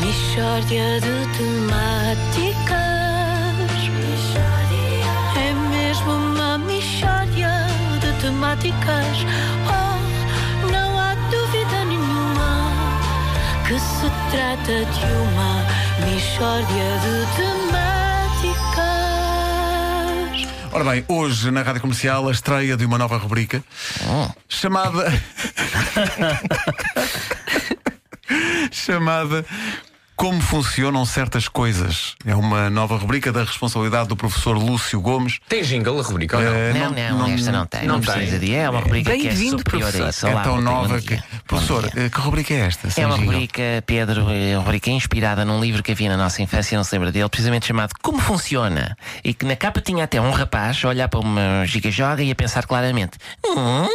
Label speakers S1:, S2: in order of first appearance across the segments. S1: Mistória de temáticas. É mesmo uma mistória de temáticas. Oh, não há dúvida nenhuma que se trata de uma mistória de temáticas.
S2: Ora bem, hoje na Rádio Comercial a estreia de uma nova rubrica chamada. chamada Como Funcionam Certas Coisas. É uma nova rubrica da responsabilidade do professor Lúcio Gomes.
S3: Tem jingle a rubrica ou não?
S2: Eh,
S4: Não, não, esta não tem. Não,
S3: não
S4: precisa
S3: tem.
S4: de. É uma rubrica que é
S5: Bem-vindo,
S4: superior
S5: professor.
S4: a isso.
S2: é
S4: Olá,
S2: tão
S4: muito bem,
S2: nova
S4: bom
S2: que.
S4: dia. Bom
S2: Professor,
S4: dia.
S2: eh, que rubrica é esta? sem
S4: É uma
S2: jingle?
S4: rubrica, Pedro, é uma rubrica inspirada num livro que havia na nossa infância, não se lembra dele, precisamente chamado Como Funciona. E que na capa tinha até um rapaz a olhar para uma giga-joga e a pensar claramente: Hum,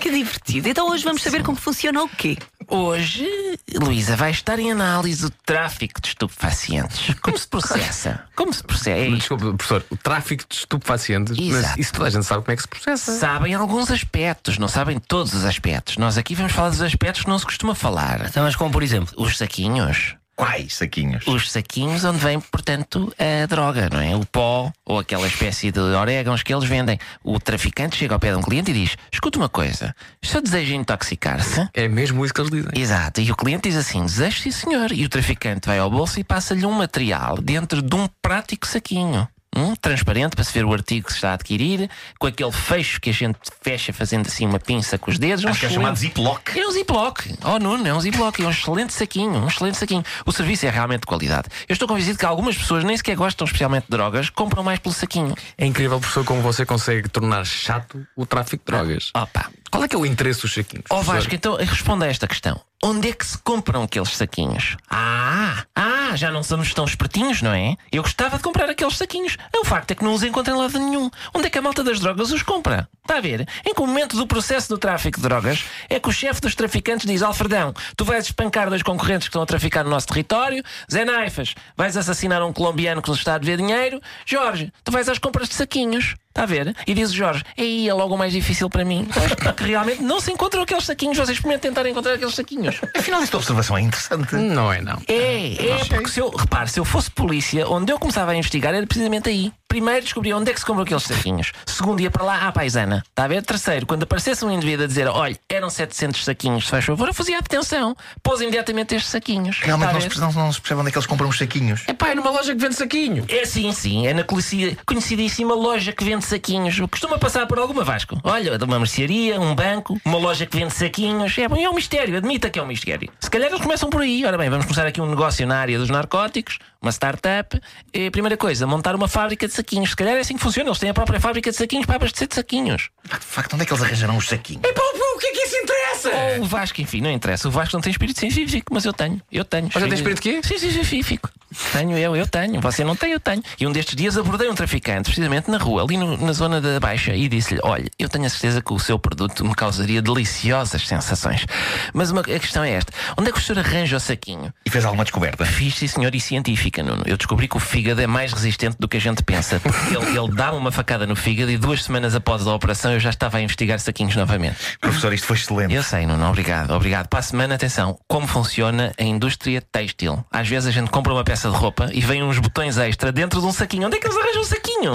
S5: Que divertido. Então hoje vamos saber como funciona o quê?
S4: hoje, Luísa, vai estar em análise o tráfico de estupefacientes. Como se processa? Como se processa? É isto.
S3: Desculpa, professor, o tráfico de estupefacientes, mas
S4: Exato.
S3: isso toda a gente sabe como é que se processa.
S4: Sabem alguns aspectos, não sabem todos os aspectos. Nós aqui vamos falar dos aspectos que não se costuma falar. Então, mas como, por exemplo, os saquinhos.
S6: Quais saquinhos?
S4: Os saquinhos onde vem, portanto, a droga, não é? O pó ou aquela espécie de orégãos que eles vendem. O traficante chega ao pé de um cliente e diz: Escuta uma coisa, o senhor deseja intoxicar-se?
S3: É mesmo isso que eles dizem.
S4: Exato, e o cliente diz assim: Desejo sim, senhor. E o traficante vai ao bolso e passa-lhe um material dentro de um prático saquinho. Hum, transparente para se ver o artigo que se está a adquirir, com aquele fecho que a gente fecha fazendo assim uma pinça com os dedos. um
S6: Acho que é
S4: excelente-
S6: chamado Ziploc.
S4: é um Ziploc. Oh, Nuno, é um Ziploc. É um excelente saquinho. Um excelente saquinho. O serviço é realmente de qualidade. Eu estou convencido que algumas pessoas nem sequer gostam especialmente de drogas, compram mais pelo saquinho.
S3: É incrível, professor, como você consegue tornar chato o tráfico de drogas.
S4: Opa.
S3: Qual é que é o interesse dos saquinhos?
S4: Ó
S3: professor?
S4: Vasco, então responda a esta questão. Onde é que se compram aqueles saquinhos? Ah, ah, já não somos tão espertinhos, não é? Eu gostava de comprar aqueles saquinhos. O facto é que não os encontro em lado nenhum. Onde é que a malta das drogas os compra? Está a ver? Em que momento do processo do tráfico de drogas é que o chefe dos traficantes diz: Alfredão, tu vais espancar dois concorrentes que estão a traficar no nosso território. Zé Naifas, vais assassinar um colombiano que nos está a dever dinheiro. Jorge, tu vais às compras de saquinhos. Está Tá a ver? E diz o Jorge, aí é logo o mais difícil para mim. Pois, Porque realmente não se encontram aqueles saquinhos, vocês experimentem tentar encontrar aqueles saquinhos.
S6: Afinal, esta observação é interessante.
S3: Não é, não.
S4: É, é porque se eu, repare, se eu fosse polícia, onde eu começava a investigar era precisamente aí. Primeiro descobria onde é que se compram aqueles saquinhos. Segundo ia para lá "Ah, à paisana. Está tá a ver? Terceiro, quando aparecesse um indivíduo a dizer, olha, eram 700 saquinhos, se faz favor, eu fazia a detenção. Pôs imediatamente estes saquinhos.
S7: Tá
S4: Está
S6: Realmente
S4: a
S6: não
S4: ver?
S6: se, não, não se percebe onde é que eles compram os saquinhos.
S3: É pá, é numa loja que vende saquinho.
S4: É sim, sim, é na conheci- conhecidíssima loja que vende saquinhos. Costuma passar por alguma Vasco. Olha, de uma mercearia, um banco, uma loja que vende saquinhos. É, bom, é um mistério, admita que é um mistério. Se calhar eles começam por aí. Ora bem, vamos começar aqui um negócio na área dos narcóticos, uma startup. Eh, primeira coisa, montar uma fábrica de saquinhos. Se calhar é assim que funciona. Eles têm a própria fábrica de saquinhos para abastecer de saquinhos.
S6: Pá, De facto, onde é que eles arranjarão os saquinhos?
S3: Pá, o que é que isso interessa?
S4: Ou o Vasco, enfim, não interessa. O Vasco não tem espírito científico, mas eu tenho. Eu tenho.
S3: Mas não tem espírito de quê?
S4: Sim, sim, sim, sim, fico. Tenho eu, eu tenho. Você não tem, eu tenho. E um destes dias abordei um traficante, precisamente na rua, ali no- na zona da Baixa, e disse-lhe: Olha, eu tenho a certeza que o seu produto me causaria deliciosas sensações. Mas uma, a questão é esta: onde é que o senhor arranja o saquinho?
S6: E fez alguma descoberta?
S4: Fiz, sim, senhor, e científica, Nuno. Eu descobri que o fígado é mais resistente do que a gente pensa. Porque ele, ele dá-me uma facada no fígado e duas semanas após a operação eu já estava a investigar saquinhos novamente.
S6: Professor, isto foi excelente.
S4: Eu sei, Nuno, obrigado, obrigado. Para a semana, atenção, como funciona a indústria têxtil. Às vezes a gente compra uma peça de roupa e vem uns botões extra dentro de um saquinho. Onde é que eles arranjam um saquinho?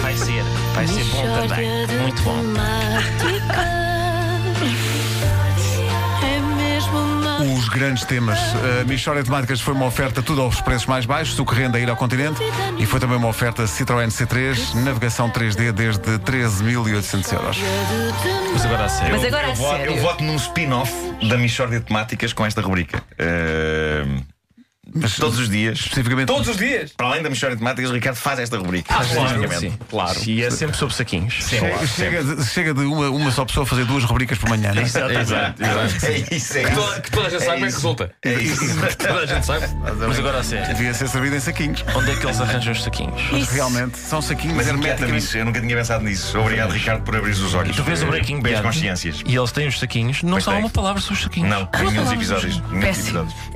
S4: Vai ser, vai ser bom também. Muito bom.
S1: É mesmo uma
S4: Um
S2: Os grandes temas. A Michória de Marcas foi uma oferta tudo aos preços mais baixos, socorrendo a ir ao continente. E foi também uma oferta Citroën C3, navegação 3D desde 13.800 euros.
S1: de
S5: Mas agora
S6: eu,
S5: a
S6: voto, eu
S5: sério.
S6: voto num spin-off da Michórdia de Temáticas com esta rubrica. Ahm,
S2: Mas
S6: todos os dias.
S2: especificamente.
S3: Todos os dias.
S6: Para além da Michórdia de Temáticas, o Ricardo faz esta rubrica.
S7: Ah,
S3: sim,
S6: basicamente.
S3: claro.
S7: E é sempre sobre saquinhos.
S2: Chega, chega de, chega de uma, uma só pessoa fazer duas rubricas por manhã. não é?
S7: Exato, exato.
S6: É isso, é
S3: Que
S6: isso.
S3: toda- Que toda a gente sabe como é que resulta.
S6: É isso.
S7: Toda a gente sabe. Mas agora a sério,
S2: Devia ser servida em saquinhos.
S7: onde é que eles arranjam os saquinhos?
S2: Mas realmente são saquinhos
S6: Mas é
S2: herméticos.
S6: imediatamente, eu nunca tinha pensado nisso. Obrigado, Ricardo, por abrir os olhos.
S7: Tu vês o Breaking
S6: Minhas
S7: Bad
S6: consciências.
S7: e eles têm os saquinhos, não
S6: Pois
S7: só há
S6: tem.
S7: uma palavra sobre os saquinhos.
S6: Não,
S7: Há uma
S6: nenhum dos
S7: palavra sobre os
S6: episódios. Nenhum dos
S5: Péssimo.
S6: episódios.